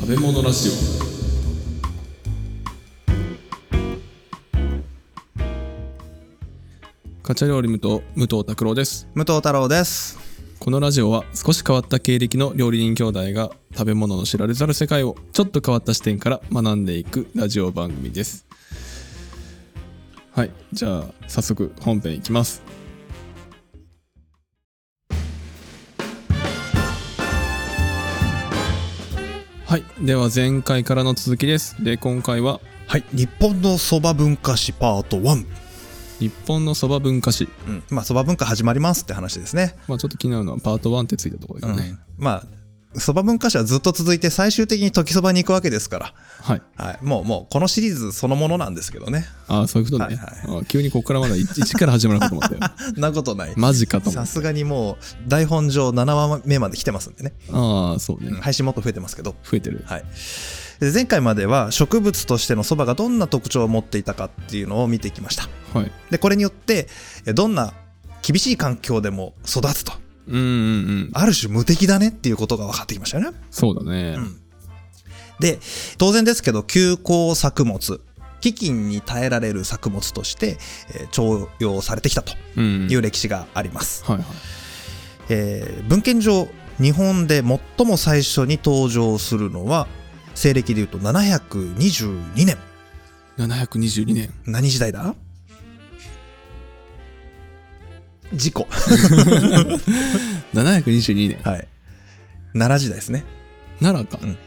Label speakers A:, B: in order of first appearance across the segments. A: 食べ物ラジオカチャ料理無糖武藤拓郎です
B: 武藤太郎です
A: このラジオは少し変わった経歴の料理人兄弟が食べ物の知られざる世界をちょっと変わった視点から学んでいくラジオ番組ですはいじゃあ早速本編いきますはいでは前回からの続きですで今回は
B: はい日本のそば文化史パート1、
A: 日本のそば文化史
B: うん、まあそば文化始まりますって話ですね、
A: まあちょっと気になるのはパート1ってついたところです
B: う
A: よ
B: ん
A: ね、
B: まあそば文化史はずっと続いて最終的に時そばに行くわけですか
A: はい
B: ら、はい、もうもうこのシリーズそのものなんですけどね
A: ああそういうことね、
B: はい
A: あー急にここからまだ一一から始まるかと思ったよ
B: なことない
A: マジかと思っ
B: さ
A: た
B: すがにもう台本上7話目まで来てますんでね、
A: ああそうね、
B: うん配信もっと増えてますけど
A: 増えてる
B: はい、で前回までは植物としてのそばがどんな特徴を持っていたかっていうのを見ていきました
A: はい
B: でこれによってえどんな厳しい環境でも育つと
A: うんうんうん
B: ある種無敵だねっていうことが分かってきましたよね。
A: そうだね、
B: うん、で当然ですけど休耕作物飢饉に耐えられる作物として、えー重用されてきたと
A: うんうん
B: いう歴史があります。
A: はいはい
B: えー文献上日本で最も最初に登場するのは西暦でいうと722年
A: 722年
B: 何時代だ事故
A: 722年
B: はい奈良時代ですね
A: 奈良か、
B: うん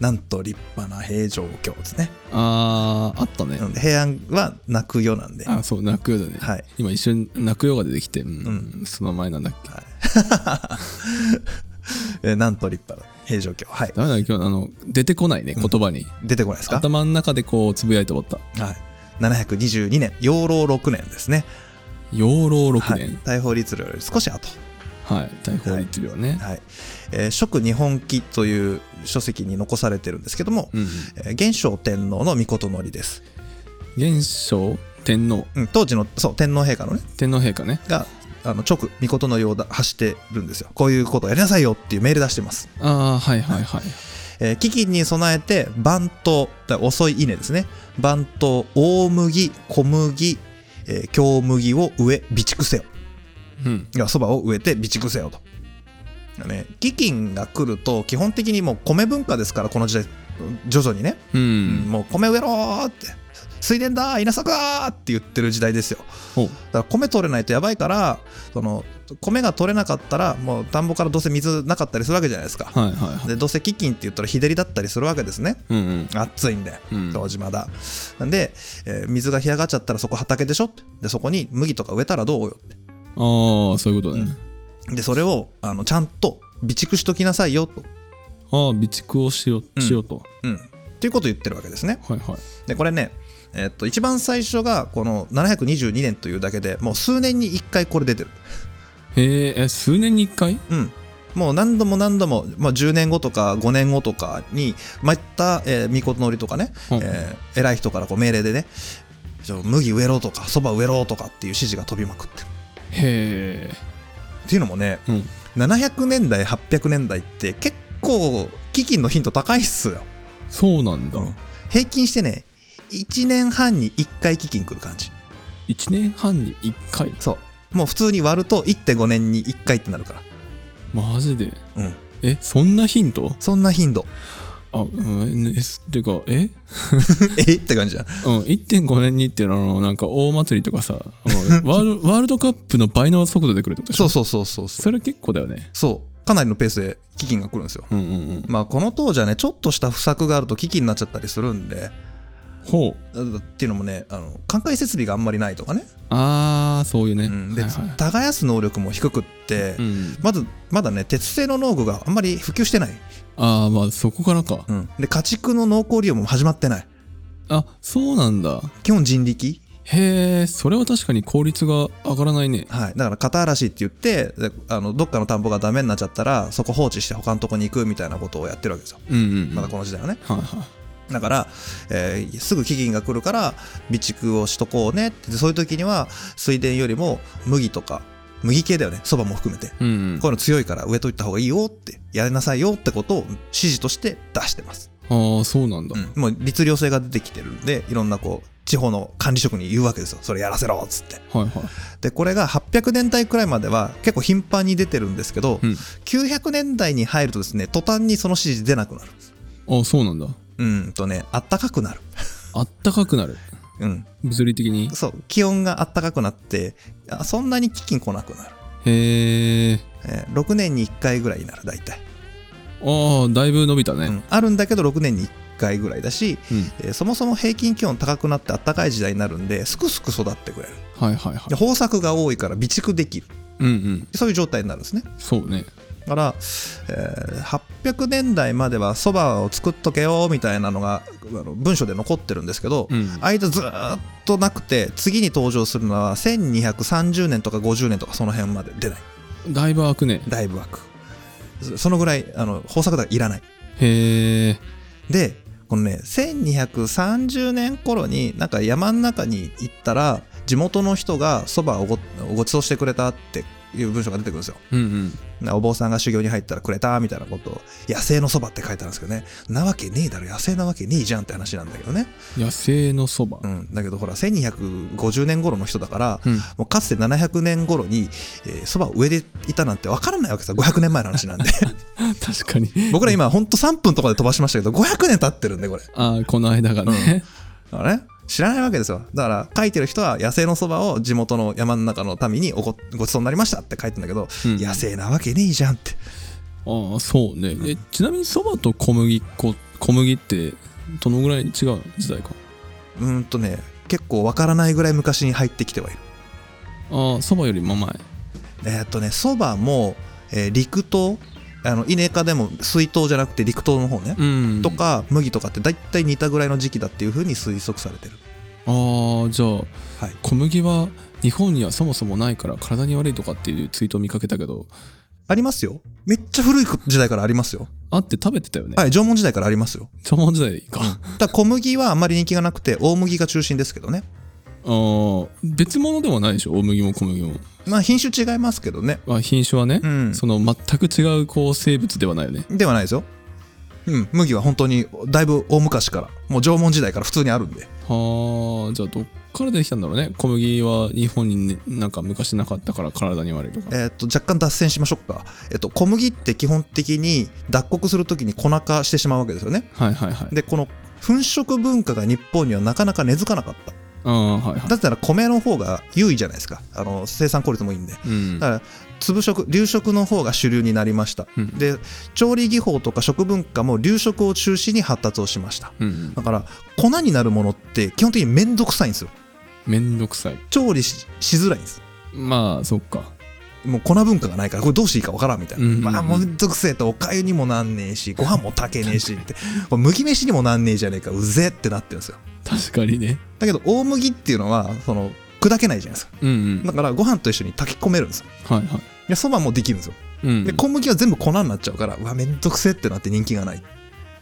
B: なんと立派な平城京ですね。
A: あああったね、
B: うん平安は泣くよなんで。
A: あそう泣くよだね、
B: はい。
A: 今一瞬泣くよが出てきて、うんその前なんだっけ
B: えーなんと立派な平城京。はい。
A: ダメだね今日あの出てこないね言葉に、
B: 出てこないですか
A: 頭の中でこうつぶやいて思った
B: はい。722年、養老6年ですね。
A: 養老6
B: はい
A: 年。
B: 大宝律令より少し後。
A: はい大法律令ね、
B: はい。えー食日本記という書籍に残されてるんですけども、
A: うん
B: えー元正天皇の御事のりです。
A: 元正天皇
B: うん、当時の、そう、天皇陛下のね、
A: 天皇陛下ね
B: が、あの直、御事のりをだ発してるんですよ。こういうことをやりなさいよっていうメール出してます。
A: ああはいはいはい
B: えー飢饉に備えて番頭だから遅い稲ですね番頭大麦小麦、えー京麦を植え備蓄せよ
A: うん
B: いやそばを植えて備蓄せよと。ね、飢饉が来ると基本的にもう米文化ですからこの時代徐々にね、
A: うん、
B: もう米植えろーって水田だー稲作だーって言ってる時代ですよ
A: おう
B: だから米取れないとやばいからその米が取れなかったらもう田んぼからどうせ水なかったりするわけじゃないですか
A: はいはいはい
B: でどうせ飢饉って言ったら日照りだったりするわけですね
A: うんうん
B: 暑いんで、
A: うん
B: 当時まだ。なんで、えー水が干上がっちゃったらそこ畑でしょってで、そこに麦とか植えたらどうよっ
A: ああそういうことね、
B: て。で、それを、あの、ちゃんと備蓄しときなさいよと。
A: ああ備蓄をしようしようと、
B: うん。っていうことを言ってるわけですね。
A: はいはい
B: で、これね、えーっと、一番最初が、この722年というだけでもう数年に一回これ出てる。
A: へーえ数年に1回
B: うん。もう何度も何度も、まあ、10年後とか5年後とかに、まいった、えー、みことのりとかね、
A: うん
B: えー偉い人からこう命令でね、じゃあ麦植えろとか、そば植えろとかっていう指示が飛びまくってる。
A: へ
B: っていうのもね
A: え、うん、
B: 700年代800年代って結構基金の頻度高いっすよ、
A: そうなんだ、
B: 平均してね1年半に1回基金来る感じ
A: 1年半に1回
B: そうもう普通に割ると1.5年に1回ってなるか
A: マジで
B: らうん
A: えそんなヒント
B: そんな 頻度
A: あうんえすっていうかえ
B: えって感じ じゃん
A: うん1.5年にっていうのはあのなんか大祭りとかさあ のワールワールドカップの倍の速度で来るってことでし
B: そ
A: ょ
B: うそうそうそうそう
A: それ結構だよね
B: そうかなりのペースで基金が来るんですよ
A: うんうんうん
B: まあこの当時はねちょっとした不作があると基金になっちゃったりするんで
A: ほう
B: だっていうのもねあの灌漑設備があんまりないとかね、
A: ああそういうね、
B: うん、で、
A: はいはい
B: 耕す能力も低くって、
A: うん、
B: まずまだね鉄製の農具があんまり普及してない、
A: ああまあそこからか、
B: で家畜の農耕利用も始まってない
A: あそうなんだ
B: 基本人力、
A: へえそれは確かに効率が上がらないね
B: はい、だから肩荒らしって言ってであのどっかの田んぼがダメになっちゃったらそこ放置して他のとこに行くみたいなことをやってるわけですよ
A: うんうん、うん、
B: まだこの時代はね、
A: はいはい
B: だから、えーすぐ飢饉が来るから備蓄をしとこうねってでそういう時には水田よりも麦とか麦系だよねそばも含めて
A: うんうん
B: こういうの強いから植えといた方がいいよってやりなさいよってことを指示として出してます
A: ああそうなんだ、
B: うん、もう律令制が出てきてるんでいろんなこう地方の管理職に言うわけですよそれやらせろっつって
A: はいはい
B: でこれが800年代くらいまでは結構頻繁に出てるんですけど、
A: うん
B: 900年代に入るとですね途端にその指示出なくなる
A: ああそうなんだ
B: うんとねあったかくなる
A: あったかくなる
B: うん
A: 物理的に
B: そう気温があったかくなってあそんなに飢饉来なくなる、
A: へえ
B: えー6年に1回ぐらいになる大体、
A: ああだいぶ伸びた
B: う
A: ね
B: ん、あるんだけど6年に1回ぐらいだし、
A: うん、
B: えーそもそも平均気温高くなって暖かい時代になるんですくすく育ってくれる
A: はいはいはい
B: で豊作が多いから備蓄できる
A: うんうん
B: そういう状態になるんですね
A: そうね
B: だから、えー800年代まではそばを作っとけよみたいなのがあの文書で残ってるんですけど、
A: うん
B: 間ずーっとなくて次に登場するのは1230年とか50年とかその辺まで出ない
A: だいぶ開くね
B: だいぶ枠そそのぐらいあの豊作だからいらない
A: へえ
B: でこのね1230年頃になんか山の中に行ったら地元の人がそばをごごちそうしてくれたっていう文章が出てくるんですよ
A: うんうん
B: なお坊さんが修行に入ったらくれたみたいなことを野生のそばって書いてあるんですけどねなわけねえだろ野生なわけねえじゃんって話なんだけどね、
A: 野生のそば
B: うん、だけどほら1250年頃の人だから
A: うん
B: もうかつて700年頃にそば、蕎麦を植えていたなんてわからないわけさ500年前の話なんで
A: 確かに
B: 僕ら今ほんと3分とかで飛ばしましたけど500年経ってるんでこれ
A: ああこの間がね、
B: だからね知らないわけですよだから書いてる人は野生のそばを地元の山の中の民におごごちそうになりましたって書いてんだけど、
A: うん
B: 野生なわけねえじゃんって
A: ああそうねえちなみにそばと小麦粉小麦ってどのぐらい違う時代か
B: うーんとね結構わからないぐらい昔に入ってきてはいる
A: ああそばよりも前
B: えーっとねそばも、えー陸糖あの稲科でも水糖じゃなくて陸糖の方ね、
A: うん
B: とか麦とかって大体似たぐらいの時期だっていうふうに推測されてる
A: ああじゃあ
B: はい
A: 小麦は日本にはそもそもないから体に悪いとかっていうツイートを見かけたけど
B: ありますよめっちゃ古い時代からありますよ
A: あって食べてたよね
B: はい縄文時代からありますよ
A: 縄文時代でいいかあ
B: だから小麦はあんまり人気がなくて大麦が中心ですけどね
A: あ別物ではないでしょ大麦も小麦も、
B: まあ品種違いますけどね
A: まあ、品種はね、
B: うん
A: その全く違うこう生物ではないよね
B: ではないですようん麦は本当にだいぶ大昔からもう縄文時代から普通にあるんで
A: はあじゃあどっから出てきたんだろうね小麦は日本に、ね、なんか昔なかったから体に悪いとか
B: えーっと若干脱線しましょうか、えっと小麦って基本的に脱穀するときに粉化してしまうわけですよね
A: はいはいはい
B: でこの粉食文化が日本にはなかなか根付かなかった
A: ああはいはい
B: だったら米の方が優位じゃないですかあの生産効率もいいんで
A: うん
B: だから粒食流食の方が主流になりました、
A: うん
B: で調理技法とか食文化も流食を中心に発達をしました
A: うん
B: だから粉になるものって基本的に面倒くさいんですよ
A: めんどくさい
B: 調理ししづらいんです
A: まあそっか
B: もう粉文化がないからこれどうしていいかわからんみたいな、
A: うんうんうん
B: まあもうめんどくせえとおかゆにもなんねえしご飯も炊けねえ しってこれ麦飯にもなんねえじゃねえかうぜえってなってるんですよ
A: 確かにね
B: だけど大麦っていうのはその砕けないじゃないですか
A: うんうん
B: だからご飯と一緒に炊き込めるんですよ
A: はいはい
B: でそばもできるんですよ
A: うん
B: で小麦は全部粉になっちゃうからうわめんどくせえってなって人気がない、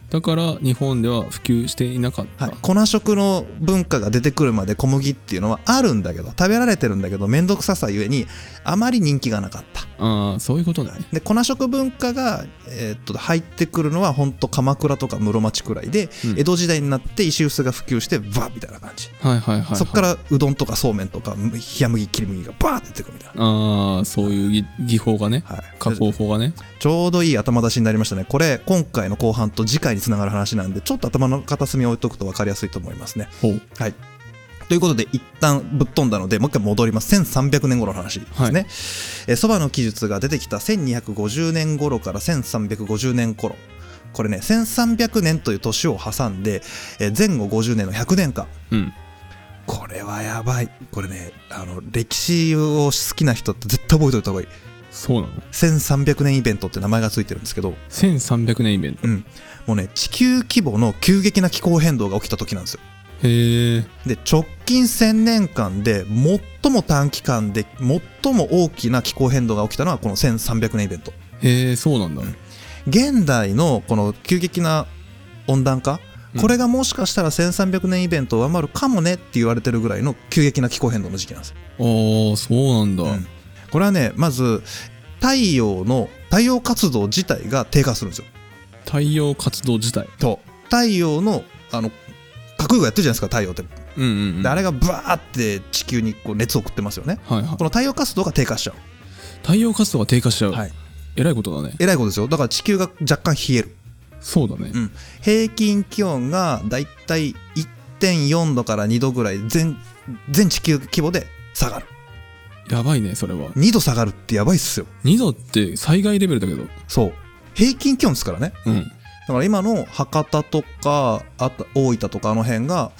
A: だから日本では普及していなかった、
B: はい、粉食の文化が出てくるまで小麦っていうのはあるんだけど食べられてるんだけどめんどくささゆえにあまり人気がなかった
A: ああそういうことだね
B: で粉食文化が、えーっと入ってくるのは本当鎌倉とか室町くらいで、
A: うん
B: 江戸時代になって石臼が普及してバーみたいな感じ、
A: はいはいはい、はい、
B: そっからうどんとかそうめんとか冷麦切り麦がバーって出てくるみたいな、
A: ああそういう技技法がね
B: はい、
A: 加工法がね
B: ちょうどいい頭出しになりましたねこれ今回の後半と次回につながる話なんでちょっと頭の片隅に置いとくと分かりやすいと思いますね
A: ほう
B: はいということで一旦ぶっ飛んだのでもう一回戻ります1300年頃の話ですね
A: はい
B: えーそば、の記述が出てきた1250年頃から1350年頃これね1300年という年を挟んで、えー前後50年の100年間
A: うん
B: これはやばいこれねあの歴史を好きな人って絶対覚えておいた方がいい
A: そうなの
B: 1300年イベントって名前がついてるんですけど
A: 1300年イベント
B: うん、もうね地球規模の急激な気候変動が起きた時なんですよ
A: へえ
B: で直近1000年間で最も短期間で最も大きな気候変動が起きたのはこの1300年イベント
A: へえそうなんだ
B: 現代のこの急激な温暖化
A: うん
B: これがもしかしたら1300年イベントを上回るかもねって言われてるぐらいの急激な気候変動の時期なんですよ、
A: ああそうなんだ、
B: うんこれはねまず太陽の太陽活動自体が低下するんですよ
A: 太陽活動自体
B: と太陽のあの核融合やってるじゃないですか太陽って、
A: うんうんうん
B: であれがブワーって地球にこう熱を送ってますよね
A: はいはい
B: この太陽活動が低下しちゃ
A: 太陽活動が低下しちゃ
B: う、
A: う、
B: はい、
A: えらいことだね
B: えらいことですよだから地球が若干冷える、
A: そうだね
B: うん、平均気温がだいたい1.4度から2度ぐらい全全地球規模で下がる
A: やばいねそれは
B: 2度下がるってやばいっすよ
A: 2度って災害レベルだけど
B: そう平均気温ですからね
A: うん
B: だから今の博多とかあと大分とかあの辺が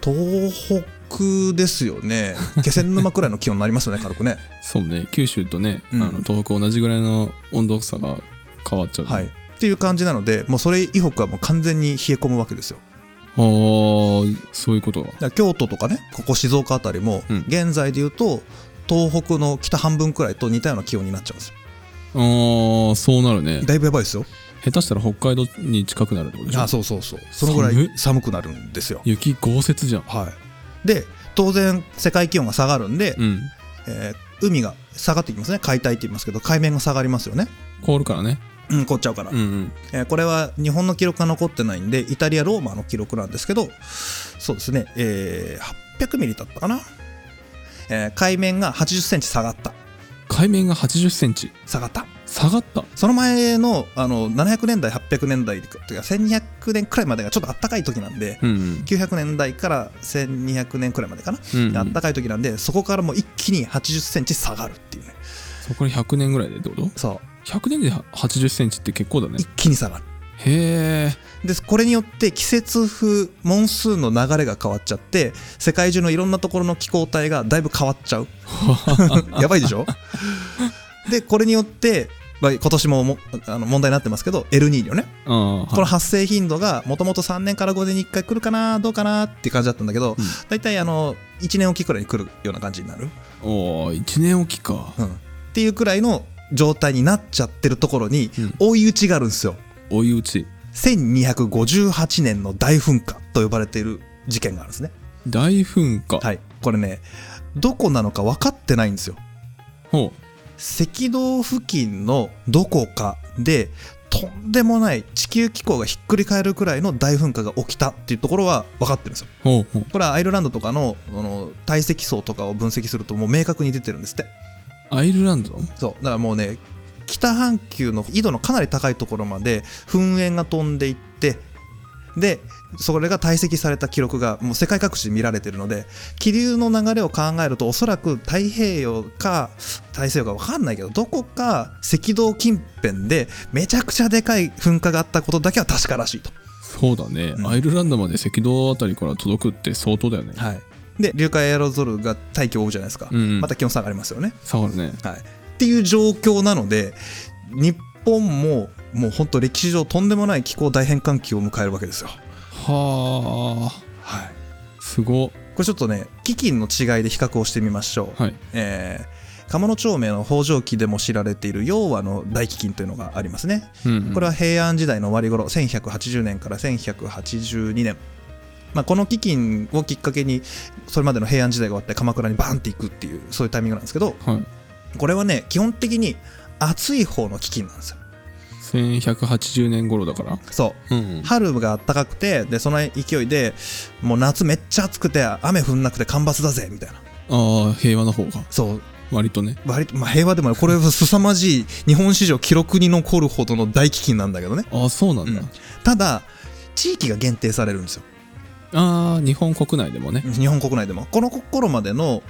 B: 東北ですよね 気仙沼くらいの気温になりますよね軽くね
A: そうね九州とね、
B: うん
A: あの東北同じぐらいの温度差が変わっちゃう、
B: はいっていう感じなのでもうそれ以北はもう完全に冷え込むわけですよ
A: あーそういうことは
B: だから京都とかねここ静岡あたりも
A: うん
B: 現在で言うと東北の北半分くらいと似たような気温になっちゃうんですよ
A: あーそうなるね
B: だいぶやばいですよ
A: 下手したら北海道に近くなるってことでしょ
B: そうそうそうそのぐら
A: 寒
B: い
A: い
B: 寒くなるんですよ
A: 雪豪雪じゃん
B: はいで当然世界気温が下がるんで、
A: うん
B: えー海が下がっていきますね解体って言いますけど海面が下がりますよね
A: 凍るからね
B: うん凍っちゃうから、
A: うんうん
B: えーこれは日本の記録が残ってないんでイタリア・ローマの記録なんですけどそうですね、えー、800ミリだったかな、えー海面が8 0センチ下がった
A: 海面が8 0センチ
B: 下がった
A: 下がった
B: その前のあの700年代800年代というか1200年くらいまでがちょっとあったかい時なんで、
A: うんうん
B: 900年代から1200年くらいまでかな、
A: うんうん
B: あったかい時なんでそこからもう一気に8 0センチ下がるっていうね
A: そこから100年ぐらいでってこと
B: そう
A: 100年で8 0センチって結構だね
B: 一気に下がる
A: へえ
B: でこれによって季節風モンスーンの流れが変わっちゃって世界中のいろんなところの気候帯がだいぶ変わっ ちゃうやばいでしょでこれによって、まあ、今年ももあの問題になってますけどエルニーニョね、
A: ああはい
B: この発生頻度がもともと3年から5年に1回来るかなどうかなって感じだったんだけど、
A: うん
B: 大体あの1年おきくらいに来るような感じになる、
A: おお1年おきか
B: うんっていうくらいの状態になっちゃってるところに
A: うん
B: 追い打ちがあるんですよ、
A: 追い打ち
B: 1258年の大噴火と呼ばれている事件があるんですね。
A: 大噴火、
B: はい。これね、どこなのか分かってないんですよ。
A: ほ
B: 赤道付近のどこかで、とんでもない地球気候がひっくり返るくらいの大噴火が起きたっていうところは分かってるんですよ。
A: うほうほう
B: これはアイルランドとかのあの体積層とかを分析するともう明確に出てるんですって。
A: アイルランド
B: そう。だからもうね、北半球の緯度のかなり高いところまで噴煙が飛んでいって、で、それが堆積された記録がもう世界各地で見られてるので、気流の流れを考えると、おそらく太平洋か大西洋か分かんないけど、どこか赤道近辺でめちゃくちゃでかい噴火があったことだけは確からしいと。
A: そうだね、
B: うん
A: アイルランドまで赤道あたりから届くって相当だよね、
B: はい。で、硫化エアロゾルが大気を覆うじゃないですか。
A: うんうん
B: また気温下がりますよね。
A: 下がるね
B: はい、っていう状況なので日本ももう本当歴史上とんでもない気候大変換期を迎えるわけですよ。
A: はあ
B: はい、
A: すご
B: これちょっとね基金の違いで比較をしてみましょう。
A: はい
B: えー鴨野町名の北条記でも知られている洋和の大基金というのがありますね。
A: うんうん
B: これは平安時代の終わり頃1180年から1182年、まあ、この基金をきっかけにそれまでの平安時代が終わって鎌倉にバーンっていくっていうそういうタイミングなんですけど
A: はい
B: これはね基本的に暑い方の基金なんですよ。
A: 1180年頃だから
B: そう
A: うん、
B: 春が暖かくてでその勢いでもう夏めっちゃ暑くて雨降んなくて干ばつだぜみたいな
A: ああ平和な方が
B: そう
A: 割とね
B: 割と、まあ、平和でもないこれは凄まじい日本史上記録に残るほどの大飢饉なんだけどね
A: ああそうなんだ、
B: うんただ地域が限定されるんですよ
A: ああ日本国内でもね
B: 日本国内でもこの頃までの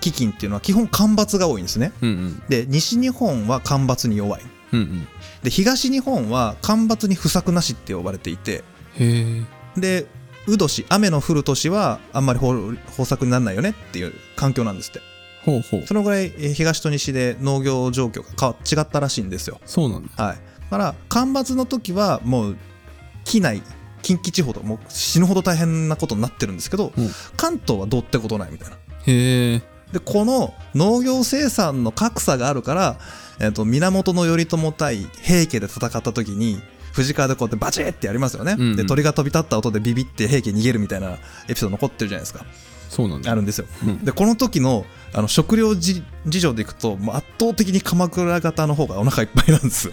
B: 飢饉っていうのは基本干ばつが多いんですね
A: うんうん
B: で西日本は干ばつに弱い
A: うん
B: で東日本は干ばつに不作なしって呼ばれていて
A: うんへえ
B: で雨年雨の降る年はあんまり豊豊作にならないよねっていう環境なんですって
A: ほうほう
B: そのぐらいえー東と西で農業状況が変わ違ったらしいんですよ
A: そうなんだ
B: はいだから干ばつの時はもう機内近畿地方とかもう死ぬほど大変なことになってるんですけど、
A: うん
B: 関東はどうってことないみたいな
A: へえ
B: でこの農業生産の格差があるから、えー、と源頼朝対平家で戦った時に藤川でこうやってバチッってやりますよね、
A: うんうん
B: で鳥が飛び立った音でビビって平家逃げるみたいなエピソード残ってるじゃないですか
A: そうなんだ
B: あるんですよ
A: うん
B: でこの時のあの食料じ事情でいくともう圧 倒的に鎌倉型の方がお腹いっぱいなんです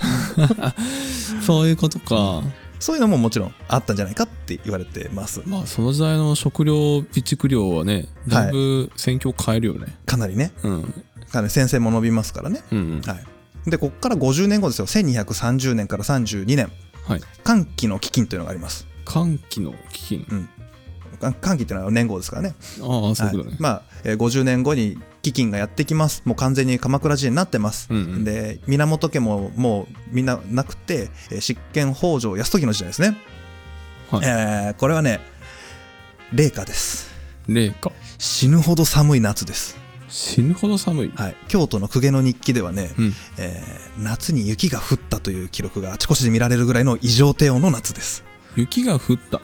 A: そういうことか
B: そういうのももちろんあったんじゃないかって言われてます
A: まあその時代の食料備蓄量はねだいぶ戦況変えるよね、
B: かなりね
A: うん
B: かなり先生も伸びますからね
A: うん
B: はいでここから50年後ですよ1230年から32年
A: はい
B: 寒気の飢饉というのがあります
A: 寒気の飢饉
B: か寒気っていうのは年号ですからね
A: ああそういうこと
B: は
A: ね
B: い、まあ、えー50年後に飢饉がやってきますもう完全に鎌倉時代になってます、
A: うんうん
B: で源家ももうみんななくて、えー執権北条泰時の時代ですね、
A: はい
B: えーこれはね冷夏です
A: 冷夏
B: 死ぬほど寒い夏です、
A: 死ぬほど寒い、
B: はい、京都の公家の日記ではね、
A: うん
B: えー夏に雪が降ったという記録があちこちで見られるぐらいの異常低温の夏です
A: 雪が降った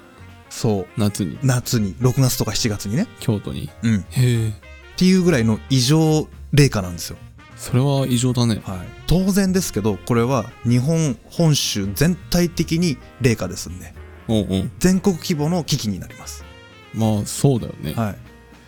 B: そう
A: 夏に
B: 夏に6月とか7月にね、
A: 京都に
B: うん、っ
A: へえ
B: ていうぐらいの異常冷夏なんですよ
A: それは異常だね
B: はい、当然ですけどこれは日本本州全体的に冷夏ですんで
A: おうおう
B: 全国規模の危機になります、
A: まあそうだよね、
B: はい、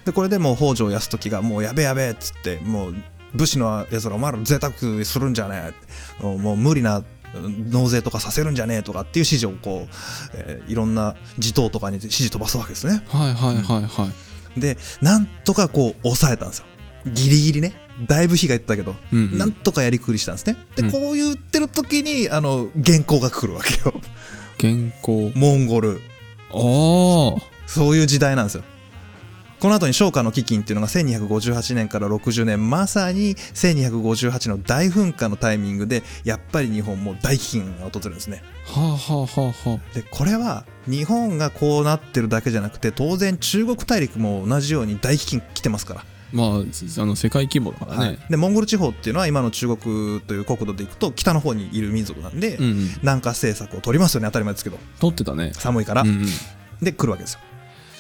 B: でこれでもう北条泰時が「もうやべやべ」っつって「もう武士のやつらお前ら贅沢するんじゃねえ」もう無理なうん納税とかさせるんじゃねえとかっていう指示をこう、えーいろんな自党とかに指示飛ばすわけですね
A: はい、はいはいはい
B: でなんとかこう抑えたんですよギリギリねだいぶ被害いったけど
A: うんうん
B: なんとかやりくりしたんですね。で、
A: うん
B: こう言ってる時に、あの、原稿が来るわけよ。
A: 原稿
B: モンゴル。
A: ああ
B: そういう時代なんですよ。この後に商家の飢饉っていうのが1258年から60年、まさに1258の大噴火のタイミングで、やっぱり日本も大飢饉が訪れるんですね。
A: はあはあはあは
B: で、これは日本がこうなってるだけじゃなくて、当然中国大陸も同じように大飢饉来てますから。
A: あまあずあの世界規模だからね、
B: はいで、モンゴル地方っていうのは今の中国という国土でいくと北の方にいる民族なんで、
A: うんうん
B: 南下政策を取りますよね当たり前ですけど
A: 撮ってたね
B: 寒いから、
A: うんうん、
B: で来るわけですよ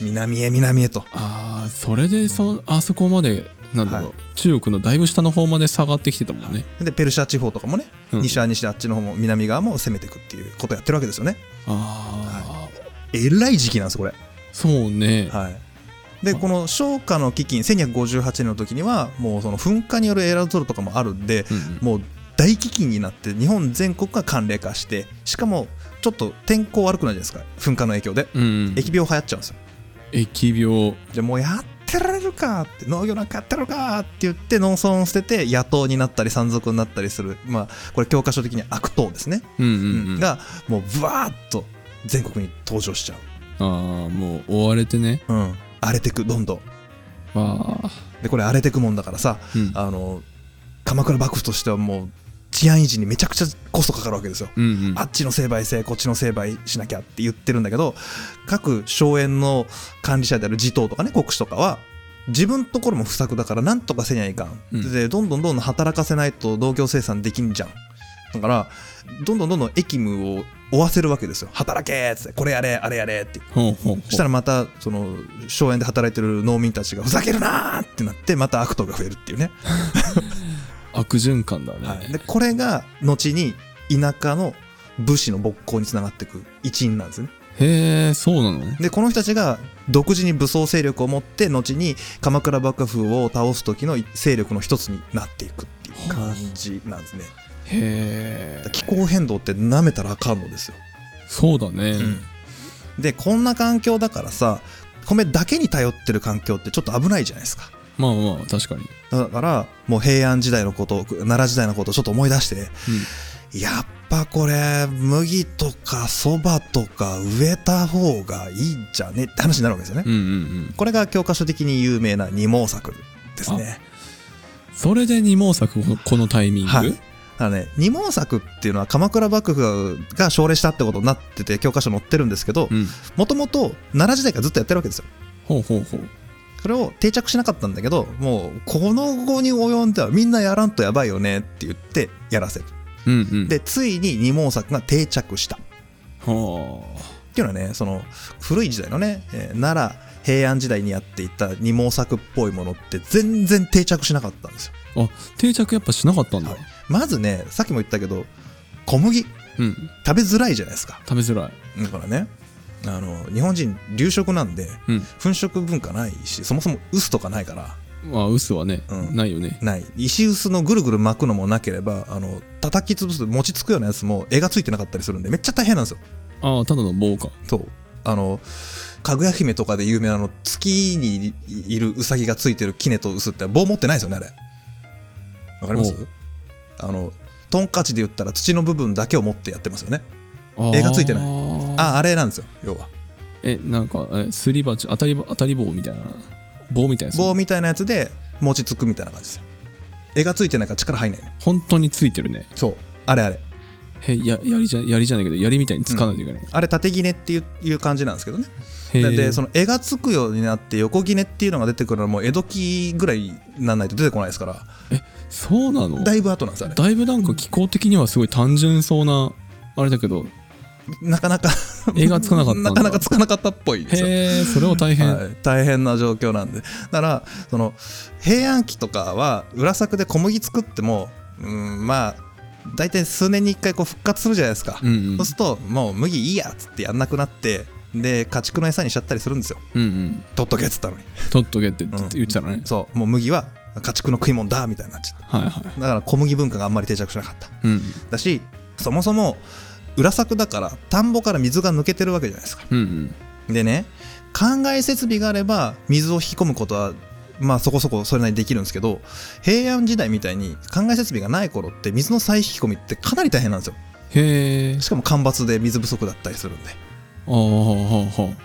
B: 南へ南へと
A: ああそれでそあそこまでなんだろう、
B: はい
A: 中国のだいぶ下の方まで下がってきてたもんね、
B: でペルシャ地方とかもね、
A: うん
B: 西は西であっちの方も南側も攻めていくっていうことやってるわけですよね
A: ああ、
B: えらい時期なんですこれ
A: そうね、
B: はいでこの商家の飢饉1258年の時にはもうその噴火によるエラゾルとかもあるんで、
A: うんうん
B: もう大飢饉になって日本全国が寒冷化してしかもちょっと天候悪くなるじゃないですか噴火の影響で、
A: うんうん、
B: 疫病流行っちゃうんですよ
A: 疫病
B: じゃあもうやってられるかって農業なんかやってられるかって言って農村を捨てて野党になったり山賊になったりするまあこれ教科書的に悪党ですね、
A: うんうんうん、あ
B: がもうブワーッと全国に登場しちゃ
A: あもう追われてね
B: う、うん、荒れてくどんどん
A: まあ、
B: でこれ荒れてくもんだからさ
A: うん、
B: あの鎌倉幕府としてはもう治安維持にめちゃくちゃコストかかるわけですよ
A: うんうん
B: あっちの成敗せこっちの成敗しなきゃって言ってるんだけど各荘園の管理者である地頭とかね国士とかは自分のところも不作だからなんとかせにゃいかん、
A: うん
B: でどんどんどんどん働かせないと農業生産できんじゃんだからどんどんどんどん役務を負わせるわけですよ働けっつってこれやれあれやれって
A: ほうほうほう
B: そしたらまたその荘園で働いてる農民たちがふざけるなーってなってまた悪党が増えるっていうね
A: 悪循環だね、
B: はい、でこれが後に田舎の武士の勃興につながっていく一因なんですね
A: へえそうなの
B: でこの人たちが独自に武装勢力を持って後に鎌倉幕府を倒す時の勢力の一つになっていくっていう感じなんですね
A: へえ
B: 気候変動って舐めたらあかんのですよ、
A: そうだね、
B: でこんな環境だからさ米だけに頼ってる環境ってちょっと危ないじゃないですか
A: まあまあ確かに、
B: だからもう平安時代のこと奈良時代のことをちょっと思い出してやっぱこれ、麦とか蕎麦とか植えた方がいいんじゃねって話になるわけですよね。
A: うん、うんうんうん
B: これが教科書的に有名な二毛作ですね。
A: それで二毛作このこのタイミング、
B: はい。あのね、二毛作っていうのは鎌倉幕府が奨励したってことになってて教科書載ってるんですけど
A: う、ん
B: もともと奈良時代からずっとやってるわけですよ。
A: ほうほうほう
B: それを定着しなかったんだけど、もうこの後に及んではみんなやらんとやばいよねって言ってやらせる。
A: うんうん
B: で、ついに二毛作が定着した。
A: は
B: っていうのはねその古い時代のね、えー奈良平安時代にやっていた二毛作っぽいものって全然定着しなかったんです
A: あ
B: よ
A: あ定着やっぱしなかったんだ、
B: はいまずねさっきも言ったけど小麦食
A: うん
B: べづらいじゃないですか
A: 食べづらい
B: だからねあの日本人流食なんで
A: うん
B: 粉食文化ないしそもそも臼とかないから
A: まあ薄はね、
B: うん
A: ないよね
B: ない石臼のぐるぐる巻くのもなければあの叩き潰す餅つくようなやつも絵がついてなかったりするんでめっちゃ大変なんですよ
A: ああただの棒か
B: そうあのかぐや姫とかで有名なあの月にいるウサギがついてるキネとウスって棒持ってないですよねあれわかります
A: おう
B: あのトンカチで言ったら土の部分だけを持ってやってますよね
A: あー
B: 絵がついてない
A: あ
B: ああれなんですよ要は
A: えなんかえすり鉢当たりば当たり棒みたいな棒みたいな
B: 棒みたいなやつで餅つくみたいな感じですよ絵がついてないから力入んないね
A: 本当についてるね
B: そうあれあれ
A: へや槍じゃ槍じゃないけど槍みたいにつかないといけない、
B: あれ縦ぎねっていういう感じなんですけどね
A: へえ
B: でその絵がつくようになって横ぎねっていうのが出てくるのはもう江戸期ぐらいになんないと出てこないですから
A: そうなの
B: だいぶ後なんですあれ
A: だいぶなんか気候的にはすごい単純そうなあれだけど
B: なかなか
A: 絵がつかなかったんだ
B: なかなかつかなかったっぽいですよ
A: へえそれは大変、
B: はい、大変な状況なんでだからその平安期とかは裏作で小麦作ってもうんまあ大体数年に1回こう復活するじゃないですか、
A: うんうん
B: そうするともう麦いいやっつってやんなくなってで家畜の餌にしちゃったりするんですよ
A: うんうん
B: 取っとけっつったのに
A: 取っとけって言って言ってたのね、
B: そうもう麦は家畜の食い物だみたいになっちゃった
A: はいはい
B: だから小麦文化があんまり定着しなかった
A: うん
B: だしそもそも裏作だから田んぼから水が抜けてるわけじゃないですか
A: うんうん
B: でね灌漑設備があれば水を引き込むことはまあそこそこそれなりにできるんですけど平安時代みたいに灌漑設備がない頃って水の再引き込みってかなり大変なんですよ
A: へえ
B: しかも干ばつで水不足だったりするんで
A: ああは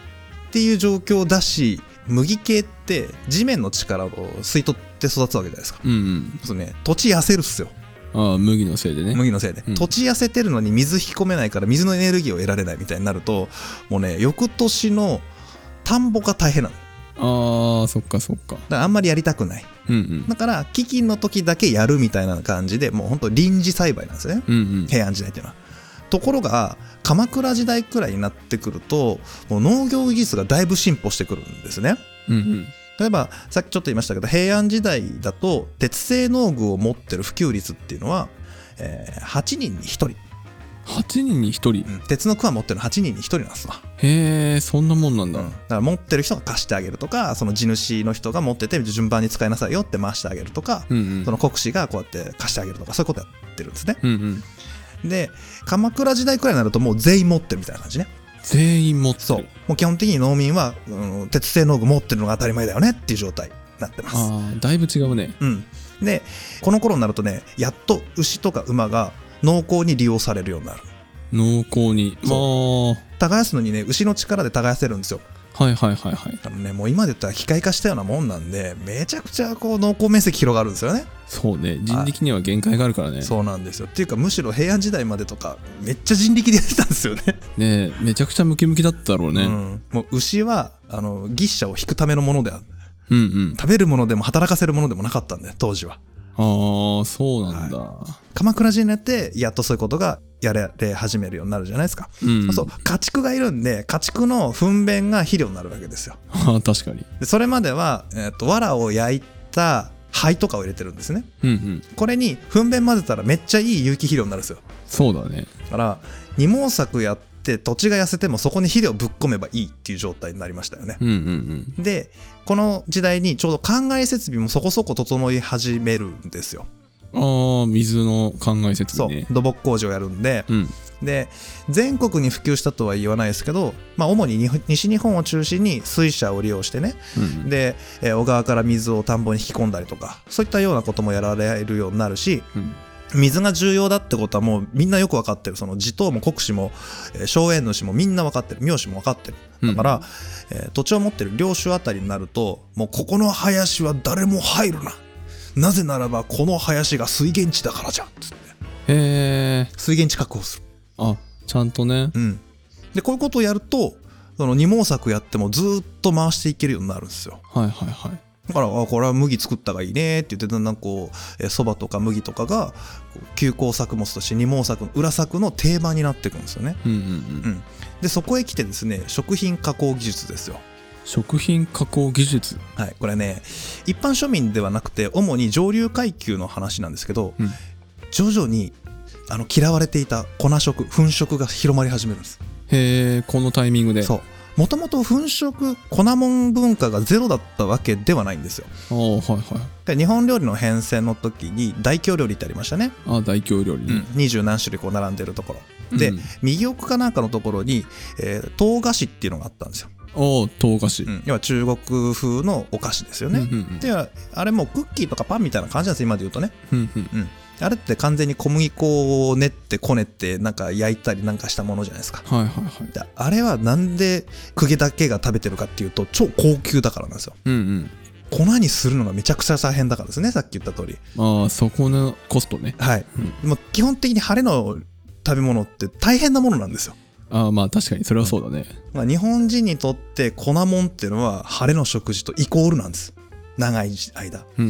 B: っていう状況だし麦系って地面の力を吸い取って育つわけじゃないですか
A: うんうん
B: そうね土地痩せるっすよ
A: ああ麦のせいでね
B: 麦のせいで、
A: うん
B: 土地痩せてるのに水引き込めないから水のエネルギーを得られないみたいになるともうね翌年の田んぼが大変なのだか
A: ああそっかそっから
B: あんまりやりたくない
A: うんうん
B: だから基金の時だけやるみたいな感じでもうほんと臨時栽培なんですね
A: うんうん
B: 平安時代っていうのはところが鎌倉時代くらいになってくるともう農業技術がだいぶ進歩してくるんですね
A: うん
B: 例えばさっきちょっと言いましたけど平安時代だと鉄製農具を持ってる普及率っていうのは、えー8人に1人、
A: 8人に1人
B: うん鉄のクワ持ってるの8人に1人なんですわ
A: へえそんなもんなんだ、
B: だから持ってる人が貸してあげるとかその地主の人が持ってて順番に使いなさいよって回してあげるとか、
A: うんうん
B: その国司がこうやって貸してあげるとかそういうことやってるんですね
A: うんうん
B: で鎌倉時代くらいになるともう全員持ってるみたいな感じね
A: 全員持ってる
B: そうもう基本的に農民は、うん、鉄製農具持ってるのが当たり前だよねっていう状態になってます
A: ああだいぶ違うね
B: うんでこの頃になるとねやっと牛とか馬が農耕に利用されるようになる
A: 濃厚にまあ
B: 耕すのにね牛の力で耕せるんですよ
A: はいはいはいはい
B: あのねもう今で言ったら機械化したようなもんなんでめちゃくちゃこう農耕面積広がるんですよね
A: そうね人力には限界があるからね
B: そうなんですよっていうかむしろ平安時代までとかめっちゃ人力でやってたんですよね
A: ねえめちゃくちゃムキムキだったろうね、
B: う
A: うん、
B: ん、もう牛はあの牛舎を引くためのものである
A: うん
B: 食べるものでも働かせるものでもなかったんだよ当時は
A: ああそうなんだ、
B: 鎌倉時代になってやっとそういうことがやられ始めるようになるじゃないですか、
A: うん
B: そうすると家畜がいるんで家畜の糞便が肥料になるわけですよ
A: ああ確かに
B: でそれまでは、えー、と藁を焼いた灰とかを入れてるんですね
A: うんうん
B: これに糞便混ぜたらめっちゃいい有機肥料になるんですよ
A: そうだね
B: だから二毛作やって土地が痩せてもそこに肥料ぶっ込めばいいっていう状態になりましたよね
A: うんうんうん
B: でこの時代にちょうど灌漑設備もそこそこ整い始めるんですよ。
A: ああ水の考え設
B: そう、
A: 備ね
B: 土木工事をやるんで、
A: うん
B: で全国に普及したとは言わないですけど、まあ、主に日本西日本を中心に水車を利用してね、
A: うん
B: で、えー小川から水を田んぼに引き込んだりとかそういったようなこともやられるようになるし
A: うん
B: 水が重要だってことはもうみんなよく分かってるその地頭も国司もえー荘園主もみんな分かってる名士も分かってる
A: うん
B: だから、えー土地を持ってる領主あたりになるともうここの林は誰も入るななぜならばこの林が水源地だからじゃんつって
A: へえ
B: 水源地確保する
A: あちゃんとね
B: うんでこういうことをやるとその二毛作やってもずーっと回していけるようになるんですよ
A: はいはいはい
B: だからあこれは麦作ったがいいねって言ってだんだんこうえーそばとか麦とかがこう休耕作物として二毛作の裏作の定番になっていくんですよね
A: うんうんうん
B: うんでそこへ来てですね食品加工技術ですよ
A: 食品加工技術
B: はい、これね一般庶民ではなくて主に上流階級の話なんですけど、
A: うん
B: 徐々にあの嫌われていた粉食粉食が広まり始めるんです
A: へえこのタイミングで
B: そうもともと粉食粉もん文化がゼロだったわけではないんですよ
A: ああはいはい
B: で日本料理の変遷の時に大京料理ってありましたね、
A: ああ大京料理
B: う
A: ね
B: ん、二十何種類こう並んでるところで、
A: うん
B: 右奥かなんかのところに、えー唐菓子っていうのがあったんですよ、
A: おお唐菓子、
B: うん要は中国風のお菓子ですよね、
A: うんうんうん
B: ではあれもうクッキーとかパンみたいな感じなんですよ今で言うとね
A: うんうん
B: うんあれって完全に小麦粉を練ってこねてなんか焼いたりなんかしたものじゃないですか
A: はいはいはい
B: であれはなんで公家だけが食べてるかっていうと超高級だからなんですよ
A: うん
B: 粉にするのがめちゃくちゃ大変だからですねさっき言った通り
A: うんああそこのコストね
B: はい、もう基本的に晴れの食べ物って大変なものなんですよ、
A: ああまあ確かにそれはそうだね
B: まあ、日本人にとって粉もんっていうのは晴れの食事とイコールなんです長い間
A: うん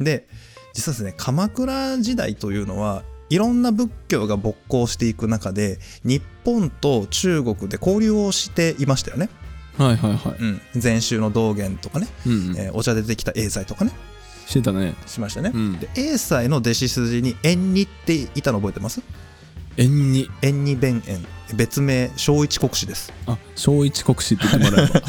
A: うん
B: で実はですね鎌倉時代というのはいろんな仏教が勃興していく中で日本と中国で交流をしていましたよね、
A: はいはいは
B: うん、禅宗の道元とかね、
A: いうんうん
B: えーお茶でできた英才とかね
A: してたね
B: しましたね、
A: うん
B: で英才の弟子筋に縁にっていたの覚えてます
A: 縁に
B: 縁に弁縁別名小一国史です
A: あ小一国史って言ってもらえば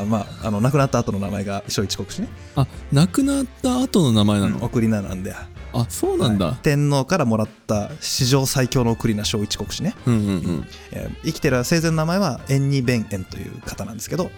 B: あまああの亡くなった後の名前が小一国史ね、
A: あ亡くなった後の名前な
B: うん、
A: の、
B: 送り名なんで
A: あそうなんだ、
B: 天皇からもらった史上最強の送り名小一国史ね、
A: うんうんうん
B: えー生きてる生前の名前は縁に弁縁という方なんですけど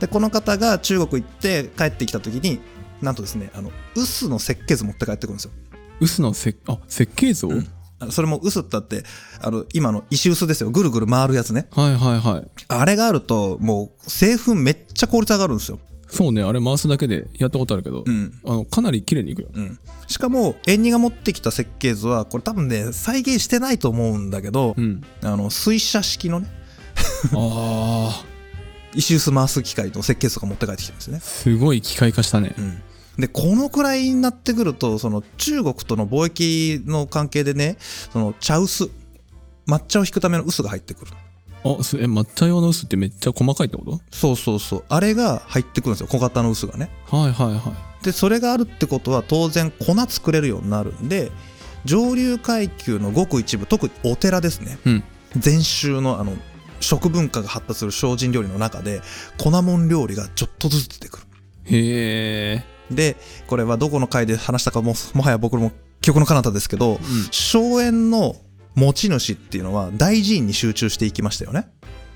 B: でこの方が中国行って帰ってきた時になんとですねあの臼の設計図持って帰ってくるんですよ
A: 臼のせあ設計図を、
B: んあのそれも臼ってあってあの今の石臼ですよぐるぐる回るやつね
A: はいはいはい
B: あれがあるともう製粉めっちゃ効率上がるんですよ
A: そうねあれ回すだけでやったことあるけど、
B: うん
A: あのかなり綺麗にいくよ
B: うん、しかも縁起が持ってきた設計図はこれ多分ね再現してないと思うんだけど、
A: うん
B: あの水車式のね
A: ああ
B: 石臼回す機械の設計図とか持って帰ってきてるんですね、
A: すごい機械化したね
B: うん、でこのくらいになってくるとその中国との貿易の関係でねその茶臼抹茶を引くための臼が入ってくる
A: あすえ抹茶用の臼ってめっちゃ細かいってこ
B: そうそうそうあれが入ってくるんですよ小型の臼がね
A: とはいはいはい
B: でそれがあるってことは当然粉作れるようになるんで上流階級のごく一部特にお寺ですね
A: うん
B: 禅宗のあの食文化が発達する精進料理の中で粉もん料理がちょっとずつ出てくる
A: へえ
B: でこれはどこの回で話したかももはや僕も記憶の彼方ですけど荘園の持ち主っていうのは大寺院に集中していきましたよね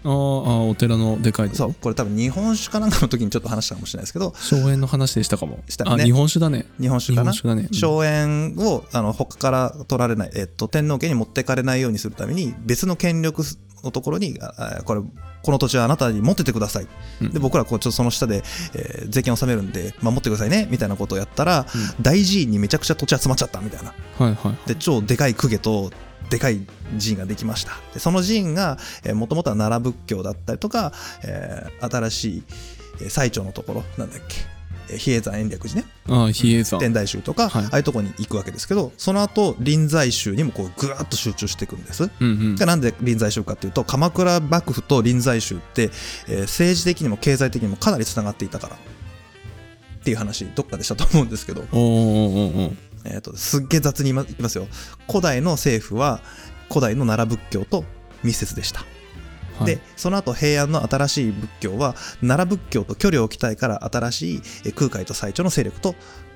A: あーあーお寺のでかいとこ
B: そうこれ多分日本酒かなんかの時にちょっと話したかもしれないですけど
A: 荘園の話でしたかも
B: したね
A: あ日本酒だね
B: 日本酒かな
A: 日本酒だねうん
B: 荘園をあの他から取られない、えっと、天皇家に持ってかれないようにするために別の権力のところにああこれこの土地はあなたに持っててください、
A: うん
B: で僕らこうちょっとその下で、えー税金を納めるんで守ってくださいねみたいなことをやったら、大寺院にめちゃくちゃ土地集まっちゃったみたいな
A: はいはい
B: で超でかい公家とでかい寺院ができましたでその寺院がもともとは奈良仏教だったりとか、えー新しいえー最澄のところなんだっけえー比叡山延暦寺ね
A: ああ比叡山
B: 天台宗とか、
A: はい
B: ああいうとこに行くわけですけどその後臨済宗にもこうぐわっと集中していくんです。
A: うんうん
B: でなんで臨済宗かっていうと鎌倉幕府と臨済宗って、えー政治的にも経済的にもかなりつながっていたからっていう話どっかでしたと思うんですけど、
A: おーおーおーおー
B: えー、とすっげえ雑に言いま言いますよ古代の政府は古代の奈良仏教と密接でした、
A: はい
B: でその後平安の新しい仏教は奈良仏教と距離を置きたいから新しいえー空海と最澄の勢力と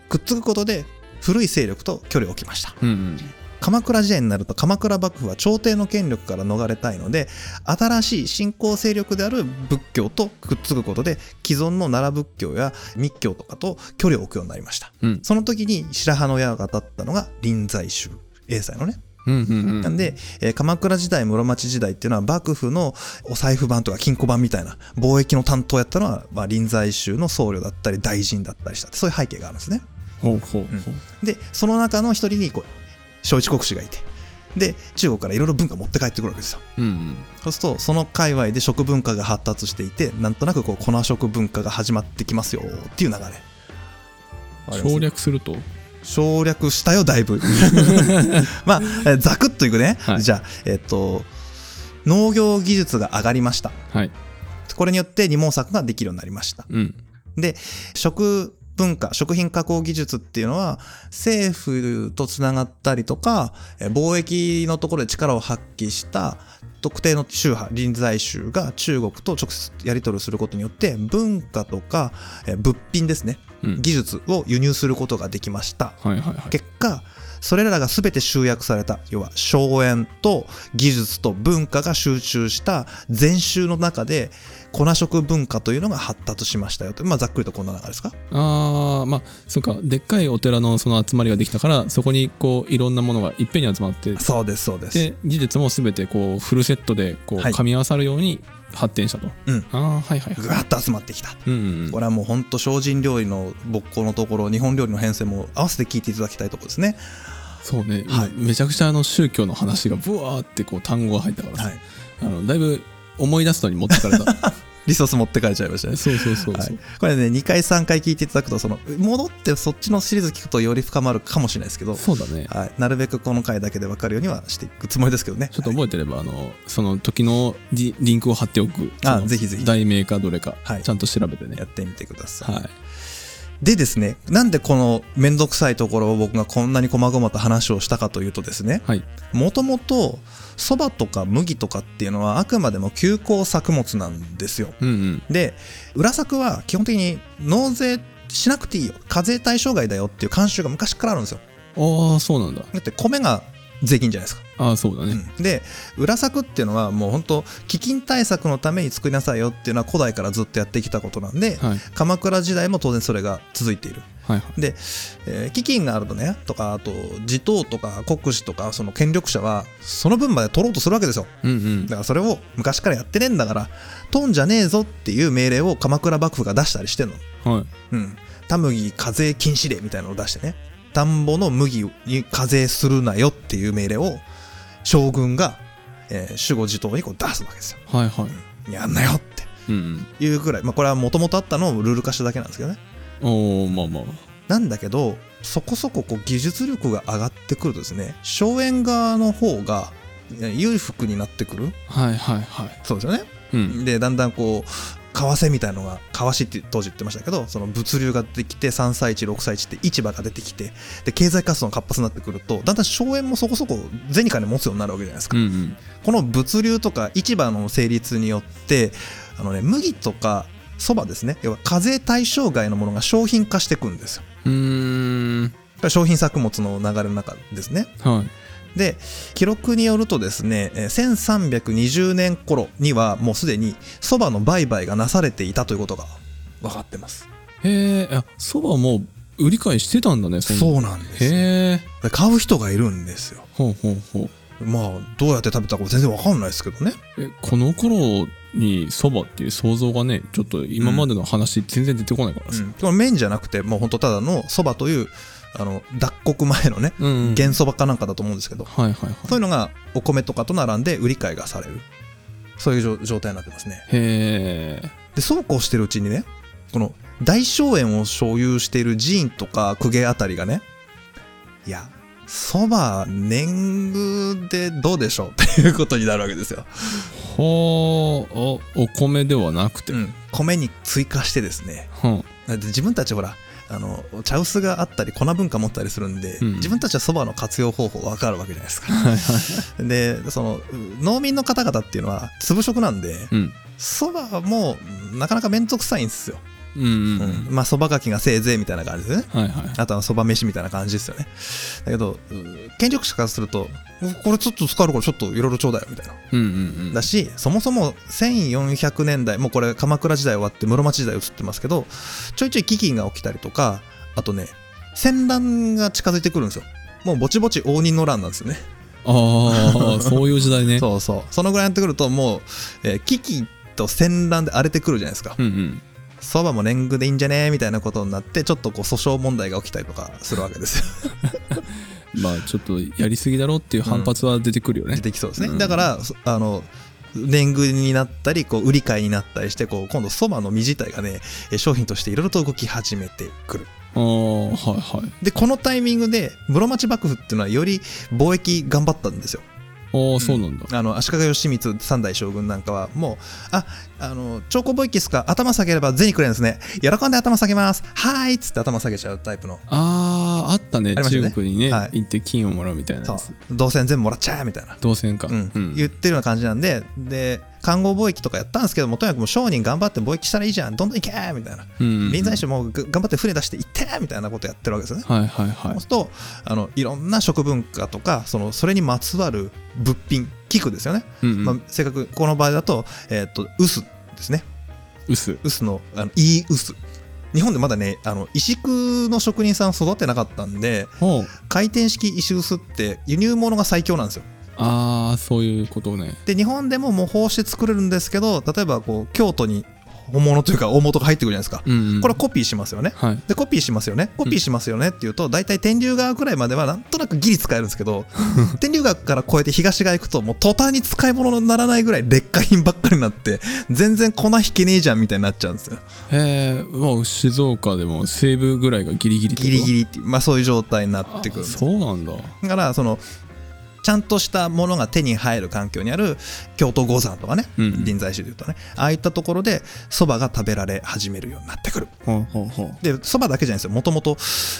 B: くっつくことで古い勢力と距離を置きました
A: うんうん
B: 鎌倉時代になると鎌倉幕府は朝廷の権力から逃れたいので新しい新興勢力である仏教とくっつくことで既存の奈良仏教や密教とかと距離を置くようになりました
A: うん
B: その時に白羽の矢が立ったのが臨済宗英才のね
A: うんうんうん
B: なんで、えー鎌倉時代室町時代っていうのは幕府のお財布版とか金庫版みたいな貿易の担当やったのは、まあ、臨済宗の僧侶だったり大臣だったりしたってそういう背景があるんですね
A: ほうほうほ
B: でその中の一人にこう小一国師がいてで中国からいろいろ文化持って帰ってくるわけですよ
A: ううん
B: そうするとその界隈で食文化が発達していてなんとなくこう粉食文化が始まってきますよっていう流れ
A: うん省略すると
B: 省略したよ だいぶまあえーざくっといくね、
A: はい
B: じゃあえっと農業技術が上がりました
A: はい
B: これによって二毛作ができるようになりました
A: うん
B: で食文化食品加工技術っていうのは政府とつながったりとかえー貿易のところで力を発揮した特定の宗派臨済宗が中国と直接やり取りをすることによって文化とかえー物品ですね
A: うん
B: 技術を輸入することができました
A: はいはいはい
B: 結果それらが全て集約された要は荘園と技術と文化が集中した全集の中で粉食文化というのが発達しましたよと、まあ、ざっくりとこんな流れですか
A: あーまあそうかでっかいお寺のその集まりができたからそこにこういろんなものがいっぺんに集まって
B: そうですそうです
A: で技術も全てこうフルセットでこう
B: はい
A: 噛み合わさるように発展したと、
B: うん
A: ああはいはいはい
B: ぐわっと集まってきた
A: うんうん
B: これはもうほんと精進料理の勃興のところ日本料理の編成も合わせて聞いていただきたいところですね
A: そうね、
B: は
A: 今
B: い
A: めちゃくちゃあの宗教の話がブワーってこう単語が入ったからさ、
B: はい
A: あのだいぶ思い出すのに持ってかれ た
B: リソース持って帰っちゃいましたね
A: そうそうそうそう、
B: はい、これね2回3回聞いていただくとその戻ってそっちのシリーズ聞くとより深まるかもしれないですけど、
A: そうだね
B: はい、なるべくこの回だけで分かるようにはしていくつもりですけどね
A: ちょっと覚えてれば、あのその時のリリンクを貼っておく
B: あ
A: その
B: ぜひぜひ
A: 題名かどれか、
B: はい
A: ちゃんと調べてね
B: やってみてください、
A: はい
B: でですねなんでこの面倒くさいところを僕がこんなに細々と話をしたかというとですね
A: はい
B: もともとそばとか麦とかっていうのはあくまでも休耕作物なんですよ
A: うんうん
B: で裏作は基本的に納税しなくていいよ課税対象外だよっていう慣習が昔からあるんですよ
A: ああそうなんだ
B: だって米が税金じゃないですか
A: ああそうだね、
B: うんで裏作っていうのはもう本当飢饉対策のために作りなさいよっていうのは古代からずっとやってきたことなんで、
A: はい
B: 鎌倉時代も当然それが続いている
A: はいはい
B: で、えー飢饉があるとねとかあと地頭とか国司とかその権力者はその分まで取ろうとするわけですよ
A: うんうん
B: だからそれを昔からやってねえんだから取んじゃねえぞっていう命令を鎌倉幕府が出したりしてんの
A: はい
B: うん田麦課税禁止令みたいなのを出してね田んぼの麦に課税するなよっていう命令を将軍が、えー、守護自頭にこう出すわけですよ
A: はいはい
B: やんなよって
A: うん
B: いうぐらいまあこれはもともとあったのをルール化しただけなんですけどね
A: うんおおまあまあ
B: なんだけどそこそここう技術力が上がってくるとですね荘園側の方がえー裕福になってくる
A: はいはいはい
B: そうですよね
A: うん
B: でだんだんこう為替みたいのが為替って当時言ってましたけどその物流ができて3歳地6歳地って市場が出てきてで経済活動が活発になってくるとだんだん荘園もそこそこ銭金持つようになるわけじゃないです
A: う
B: か、
A: んうん
B: この物流とか市場の成立によってあのね麦とかそばですね要は課税対象外のものが商品化していくんですよ
A: うーん
B: これ商品作物の流れの中ですね
A: はい
B: で記録によるとですねえー1320年頃にはもうすでにそばの売買がなされていたということが分かってます
A: へえあそばも売り買いしてたんだねう
B: そうなんですよ
A: へえ
B: で買う人がいるんですよ
A: ほうほうほう
B: まあどうやって食べたか全然分かんないですけどね
A: えこの頃にそばっていう想像がねちょっと今までの話全然出てこないからさ、
B: この麺じゃなくてもうほんとただのそばというあの脱穀前のね
A: うんうん
B: 原そばかなんかだと思うんですけど、
A: はいはい
B: そうい
A: は
B: うのがお米とかと並んで売り買いがされるそういう状状態になってますね
A: いへえ
B: でそうこうしてるうちにねこの大荘園を所有している寺院とか公家あたりがねいやそば年貢でどうでしょうっていうことになるわけですよ、
A: ほうおお米ではなくて、
B: うん、米に追加してですね
A: は
B: だって自分たちほらあの茶臼があったり粉文化持ったりするんで、
A: うん
B: 自分たちはそばの活用方法わかるわけじゃないですか
A: あはいはい
B: でその農民の方々っていうのは粒食なんで
A: うん
B: そばもなかなか面倒くさいんですよ、
A: うんうん、う
B: う
A: ん、
B: んまあそばがきがせいぜいみたいな感じですね
A: はいはい
B: あとはそば飯みたいな感じですよね。だけど、うん権力者からすると、これちょっと使うからちょっといろいろちょうだいよみたいな。
A: うんうん
B: だし、そもそも1400年代、もうこれ鎌倉時代終わって室町時代移ってますけど、ちょいちょい飢饉が起きたりとか、あとね、戦乱が近づいてくるんですよ。もうぼちぼち応仁の乱なんですよね。
A: ああ そういう時代ね
B: そうそう。そのぐらいになってくると、もう、えー飢饉と戦乱で荒れてくるじゃないですか。
A: うんうん
B: そばも年貢でいいんじゃねみたいなことになって、ちょっとこう訴訟問題が起きたりとかするわけですよ。
A: まあちょっとやりすぎだろっていう反発は出てくるよね
B: 出、てきそうですね、
A: うん
B: だからそあの年貢になったりこう売り買いになったりしてこう今度そばの実自体がねえ商品としていろいろと動き始めてくる
A: ああはいはい
B: でこのタイミングで室町幕府っていうのはより貿易頑張ったんですよ
A: ああそうなんだ、
B: あの足利義満三代将軍なんかはもうああの長江貿易ですか頭下げれば銭くれるんですね喜んで頭下げますはーいっつって頭下げちゃうタイプの
A: あああったね
B: ありましたね
A: 中国にね、
B: はい
A: 行って金をもらうみたいな
B: そ
A: や
B: う
A: つ
B: 銅線全部もらっちゃえみたいな
A: 銅線か、
B: うん言ってるような感じなんでで環合貿易とかやったんですけどもとにかくもう商人頑張って貿易したらいいじゃんどんどん行けみたいな
A: うん
B: 臨済宗もが頑張って船出して行ってみたいなことやってるわけですよね。
A: はいはいはい
B: そうするとあのいろんな食文化とかそのそれにまつわる物品器具ですよね、
A: うんうん
B: まあ、正確にこの場合だと,、えーっと臼ですね
A: 薄
B: 臼のあのいい臼日本でまだねあの石工の職人さん育ってなかったんで
A: ほう
B: 回転式石臼って輸入物が最強なんですよ
A: ああそういうことね
B: で日本でも模倣して作れるんですけど例えばこう京都に本物というか大元が入ってくるじゃないですか、
A: うん、うん、
B: これコピーしますよね
A: はい
B: でコピーしますよねコピーしますよねっていうと大体天竜川くらいまではなんとなくギリ使えるんです けど天竜川から越えて東側行くともう途端に使い物にならないぐらい劣化品ばっかりになって全然粉引けねえじゃんみたいになっちゃうんですよ
A: へえまあ静岡でも西部ぐらいがギリギリ
B: ギリギ
A: リ
B: リっていうまあそういう状態になってくるんです
A: そうなんだ
B: だからそのちゃんとしたものが手に入る環境にある京都五山とかね、
A: うん
B: 臨済宗でいうとねああいったところでそばが食べられ始めるようになってくる
A: ほうほうほう
B: でそばだけじゃないですよもともと、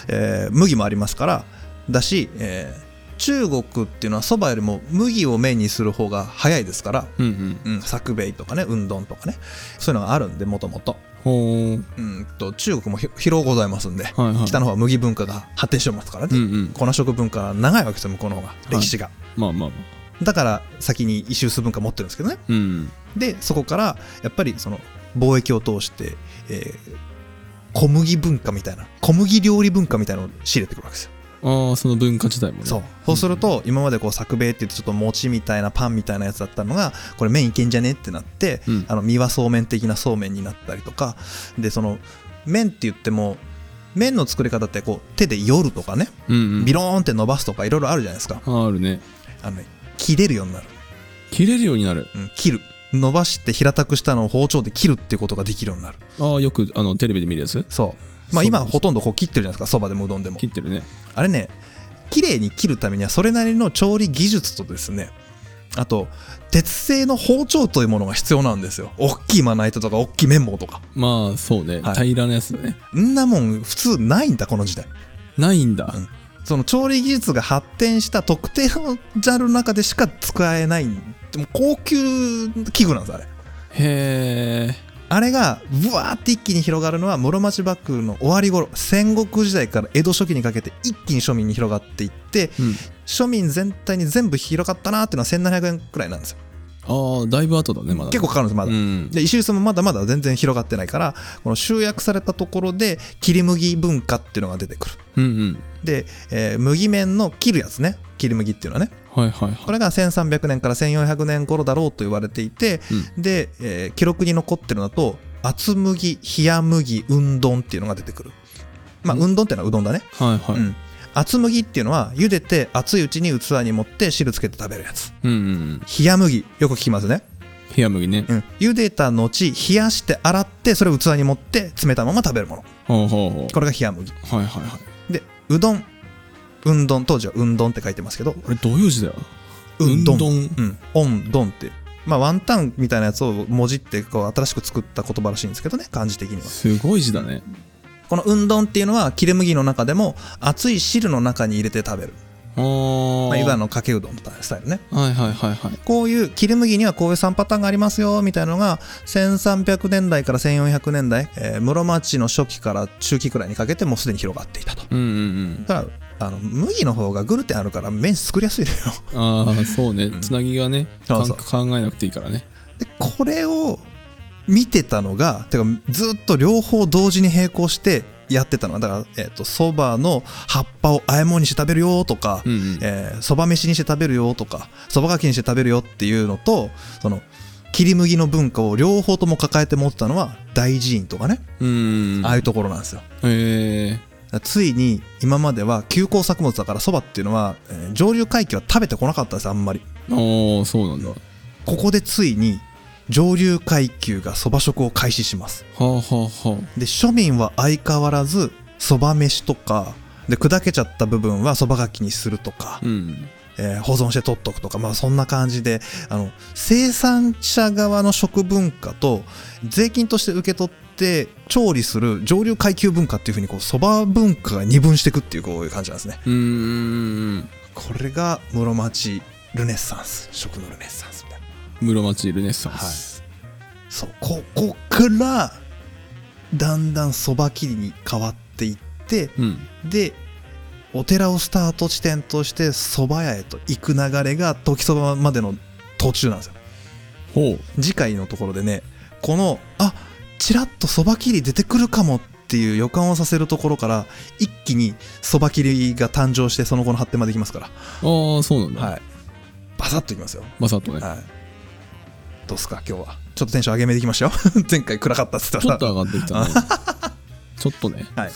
B: えー麦もありますからだし、えー中国っていうのはそばよりも麦を麺にする方が早いですから、
A: うんうん
B: うん、作米とかねうんどんとかねそういうのがあるんでもともと
A: ほう
B: うんと中国もひ広ございますんで、
A: はいはい
B: 北の方は麦文化が発展してますからね、
A: うんうん
B: 粉食文化は長いわけですよ向こうの方が
A: い
B: 歴史が、
A: まあまあまあ
B: だから先に石臼文化持ってるんですけどね
A: うん
B: でそこからやっぱりその貿易を通して、えー小麦文化みたいな小麦料理文化みたいなのを仕入れてくるわけですよ、
A: ああその文化自体もね
B: そうそうすると今までこう作米って言ってちょっと餅みたいなパンみたいなやつだったのがこれ麺いけんじゃねってなって、
A: うん
B: あの三輪そうめん的なそうめんになったりとかでその麺って言っても麺の作り方ってこう手でよるとかね
A: うんうん
B: ビローンって伸ばすとかいろいろあるじゃないですか
A: ああるね
B: あの、ね、切れるようになる
A: 切れるようになる
B: うん、切る伸ばして平たくしたのを包丁で切るっていうことができるようになる
A: ああよくあのテレビで見るやつ
B: そうま
A: そ
B: あ
A: う
B: 今ほとんどこう切ってるじゃないですかそばでもうどんでも
A: 切ってるね
B: あれね綺麗に切るためにはそれなりの調理技術とですねあと鉄製の包丁というものが必要なんですよ大きいまな板とか大きい綿棒とか
A: まあそうね、
B: はい
A: 平らなやつだね
B: んなもん普通ないんだこの時代
A: ないんだ、
B: うんその調理技術が発展した特定のジャンルの中でしか使えないでも高級器具なんですあれ
A: へえ
B: あれがブワーって一気に広がるのは室町幕府の終わり頃戦国時代から江戸初期にかけて一気に庶民に広がっていって
A: うん
B: 庶民全体に全部広がったなーっていうのは1700円くらいなんですよ、
A: ああだいぶ後だねまだ
B: 結構かかるんですまだ、
A: うん
B: で石臼もまだまだ全然広がってないからこの集約されたところで切り麦文化っていうのが出てくる
A: うんうん
B: で、えー麦麺の切るやつね切り麦っていうのはね
A: はいはい
B: こ
A: は
B: れが1300年から1400年頃だろうと言われていて、で、えー記録に残ってるのだと厚麦冷麦うんどんっていうのが出てくるまあ
A: うん
B: うんどんってのはうどんだね、
A: いはいは
B: う
A: い
B: ん、厚麦っていうのは茹でて熱いうちに器に盛って汁つけて食べるやつ
A: うんうん
B: 冷麦よく聞きますね、
A: 冷麦ね
B: うん、茹でた後冷やして洗ってそれを器に盛って冷たまま食べるもの
A: ほうほうほ
B: これが冷麦
A: うはいはいはい
B: でうどんうんどん当時はうんどんって書いてますけど
A: あれどういう字だよ
B: うんどん
A: ん
B: うん、オンドンって、まあ、ワンタンみたいなやつをもじってこう新しく作った言葉らしいんですけどね漢字的には
A: すごい字だね
B: このうんどんっていうのは切れ麦の中でも熱い汁の中に入れて食べる、
A: ああ
B: まあ、
A: はい
B: わゆ
A: い
B: るかけうどんみたいなスタイルね
A: はいはいはい
B: こういう切れ麦にはこういう3パターンがありますよみたいなのが1300年代から1400年代、えー室町の初期から中期くらいにかけてもうすでに広がっていたと
A: うんうん
B: だからあの麦の方がグルテンあるから麺作りやすいのよ
A: うんああそうねつなぎがね
B: そうそう
A: かん考えなくていいからね
B: でこれを見てたのがてかずっと両方同時に並行してやってたのがだからえっとそば、の葉っぱをあえ物にして食べるよとか
A: うんうん
B: そば、蕎麦飯にして食べるよとかそばがきにして食べるよっていうのとその切り麦の文化を両方とも抱えて持ってたのは大寺院とかね、
A: うん
B: ああいうところなんですよ。
A: え
B: だからついに今までは休耕作物だからそばっていうのは、えー上流階級は食べてこなかったんですあんまり。
A: ー、ああそうなんだは
B: ここでついに上流階級がそば食を開始します
A: あはあは
B: で庶民は相変わらずそば飯とかで砕けちゃった部分はそばがきにするとか
A: あ、うん
B: えー保存して取っとくとか、まあ、そんな感じであの生産者側の食文化と税金として受け取って調理する上流階級文化っていうふうにこうそば文化が二分していくっていうこういう感じなんですね
A: うーん
B: これが室町ルネッサンス食のルネッサンスみたいな
A: 室町ルネサンス、
B: そうここからだんだんそば切りに変わっていって
A: うん
B: でお寺をスタート地点として蕎麦屋へと行く流れが時そばまでの途中なんですよ
A: ほう
B: 次回のところでねこのあちらっとそば切り出てくるかもっていう予感をさせるところから一気にそば切りが誕生してその後の発展までいきますか
A: ああそうなんだ、
B: ら、はい、バサッといきますよ、
A: まさとね、
B: はい、どうっすか今日はちょっとテンション上げめでいきましょう 前回暗かったっつったら
A: ちょっと上がってき たねちょっとね
B: はい、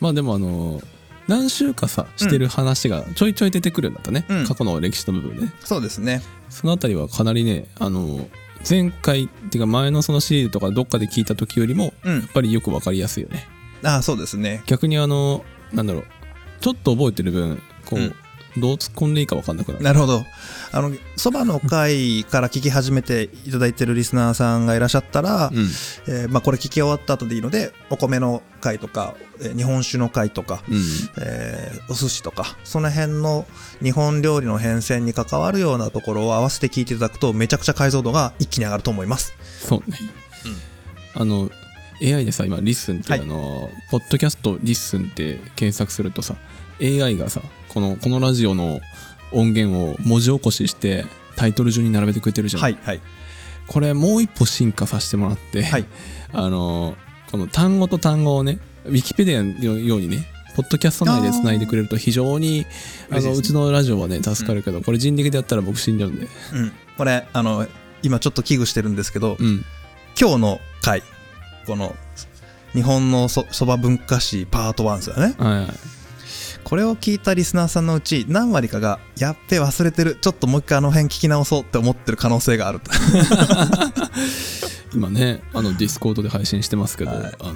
A: まあでもあの何週かさしてる話がちょいちょい出てくるんだったね、
B: うん
A: 過去の歴史の部分でね
B: そうですね
A: そのあたりはかなりねあの前回っていうか前のそのシリーズとかどっかで聞いた時よりも
B: う
A: や
B: ん
A: っぱりよくわかりやすいよね
B: ああそうですね
A: 逆にあのなんだろうちょっと覚えてる分こう、
B: うん
A: どう突っ込んでいいかわかんなくなる
B: なるほどあのそばの会から聞き始めていただいてるリスナーさんがいらっしゃったら、
A: うん
B: えーまあ、これ聞き終わった後でいいのでお米の会とか、えー日本酒の会とか、
A: うん
B: えーお寿司とかその辺の日本料理の変遷に関わるようなところを合わせて聞いていただくとめちゃくちゃ解像度が一気に上がると思います
A: そうね、あの AI でさ今リッスンっていう
B: はい
A: あの、ポッドキャストリッスンって検索するとさ AI がさこのこのラジオの音源を文字起こししてタイトル順に並べてくれてるじゃん、
B: はいはい
A: これもう一歩進化させてもらって、
B: はい
A: あのこの単語と単語をねウィキペディアのようにねポッドキャスト内でつないでくれると非常にあ
B: 嬉
A: の
B: しいですね
A: うちのラジオはね助かるけど、これ人力でやったら僕死んじゃうんで
B: うん、これあの今ちょっと危惧してるんですけど、
A: うん
B: 今日の回この日本のそそば文化史パート1ですよね
A: はいはい
B: これを聞いたリスナーさんのうち何割かがやっべ忘れてるちょっともう一回あの辺聞き直そうって思ってる可能性があると
A: 今ねあのディスコードで配信してますけど、
B: はい
A: あの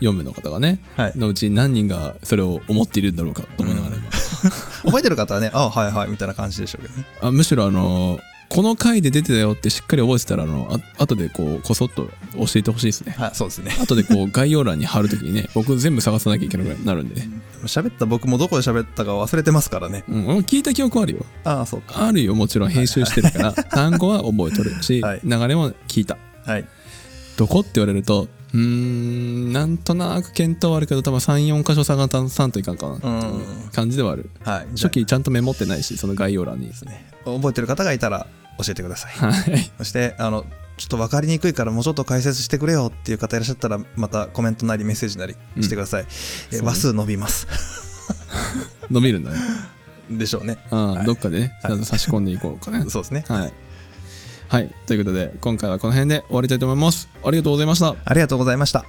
A: 4名の方がね、
B: はい
A: のうち何人がそれを思っているんだろうかと思いながら今、
B: 覚えてる方はねああはいはいみたいな感じでしょうけどね
A: あむしろあのこの回で出てたよってしっかり覚えてたらあのあ後でこうこそっと教えてほしいですね
B: はいそうですね
A: 後でこう概要欄に貼るとき にね僕全部探さなきゃいけなくなるんでね、
B: 喋った僕もどこで喋ったか忘れてますからね
A: うん、聞いた記憶はあるよ
B: ああそうか
A: あるよもちろん編集してる から単語は覚えとるし、
B: はい
A: 流れも聞いた
B: はい
A: どこって言われるとうーんなんとなく検討はあるけど多分34箇所探さんといかんかなっていう感じではある
B: はい
A: 初期ちゃんとメモってないしその概要欄にです
B: じゃあ
A: ね
B: ね覚えてる方がいたら教えてください
A: はい
B: そしてあのちょっと分かりにくいからもうちょっと解説してくれよっていう方いらっしゃったらまたコメントなりメッセージなりしてください、え
A: そうね
B: 話数伸びます
A: 伸びるん だね
B: でしょうね
A: ああ、
B: はい
A: どっかでねち
B: はい
A: ゃんと差し込んでいこうかね
B: そうですね
A: はい、はい、ということで今回はこの辺で終わりたいと思いますありがとうございました
B: ありがとうございました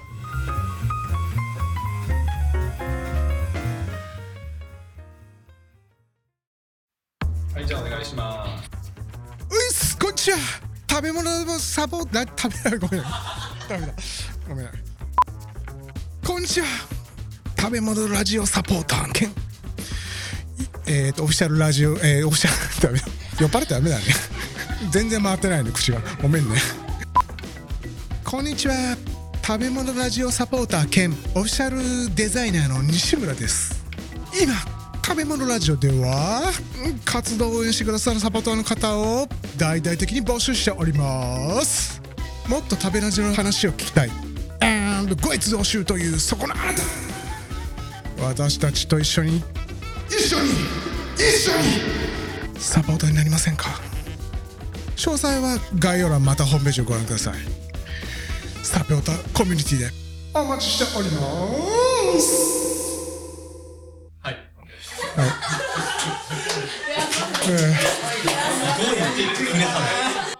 A: はいじゃあお願いします
C: ういっすこんにちは食べ物のサポートな食べられごめんダメだごめんこんにちは食べ物ラジオサポーター兼えっ、とオフィシャルラジオえー、オフィシャルダメだ 酔っ払ってダメだね全然回ってないね口がごめんねこんにちは食べ物ラジオサポーター兼オフィシャルデザイナーの西村です今食べ物ラジオではうん活動を応援してくださるサポーターの方を大々的に募集しておりますもっと食べラジオの話を聞きたい and ご越道集というそこのあなた私たちと一緒に一緒に一緒にサポーターになりませんか詳細は概要欄またホームページをご覧くださいサポーターコミュニティでお待ちしております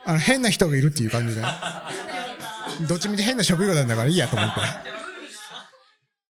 C: あの変な人がいるっていう感じでどっちみち変な職業なんだからいいやと思って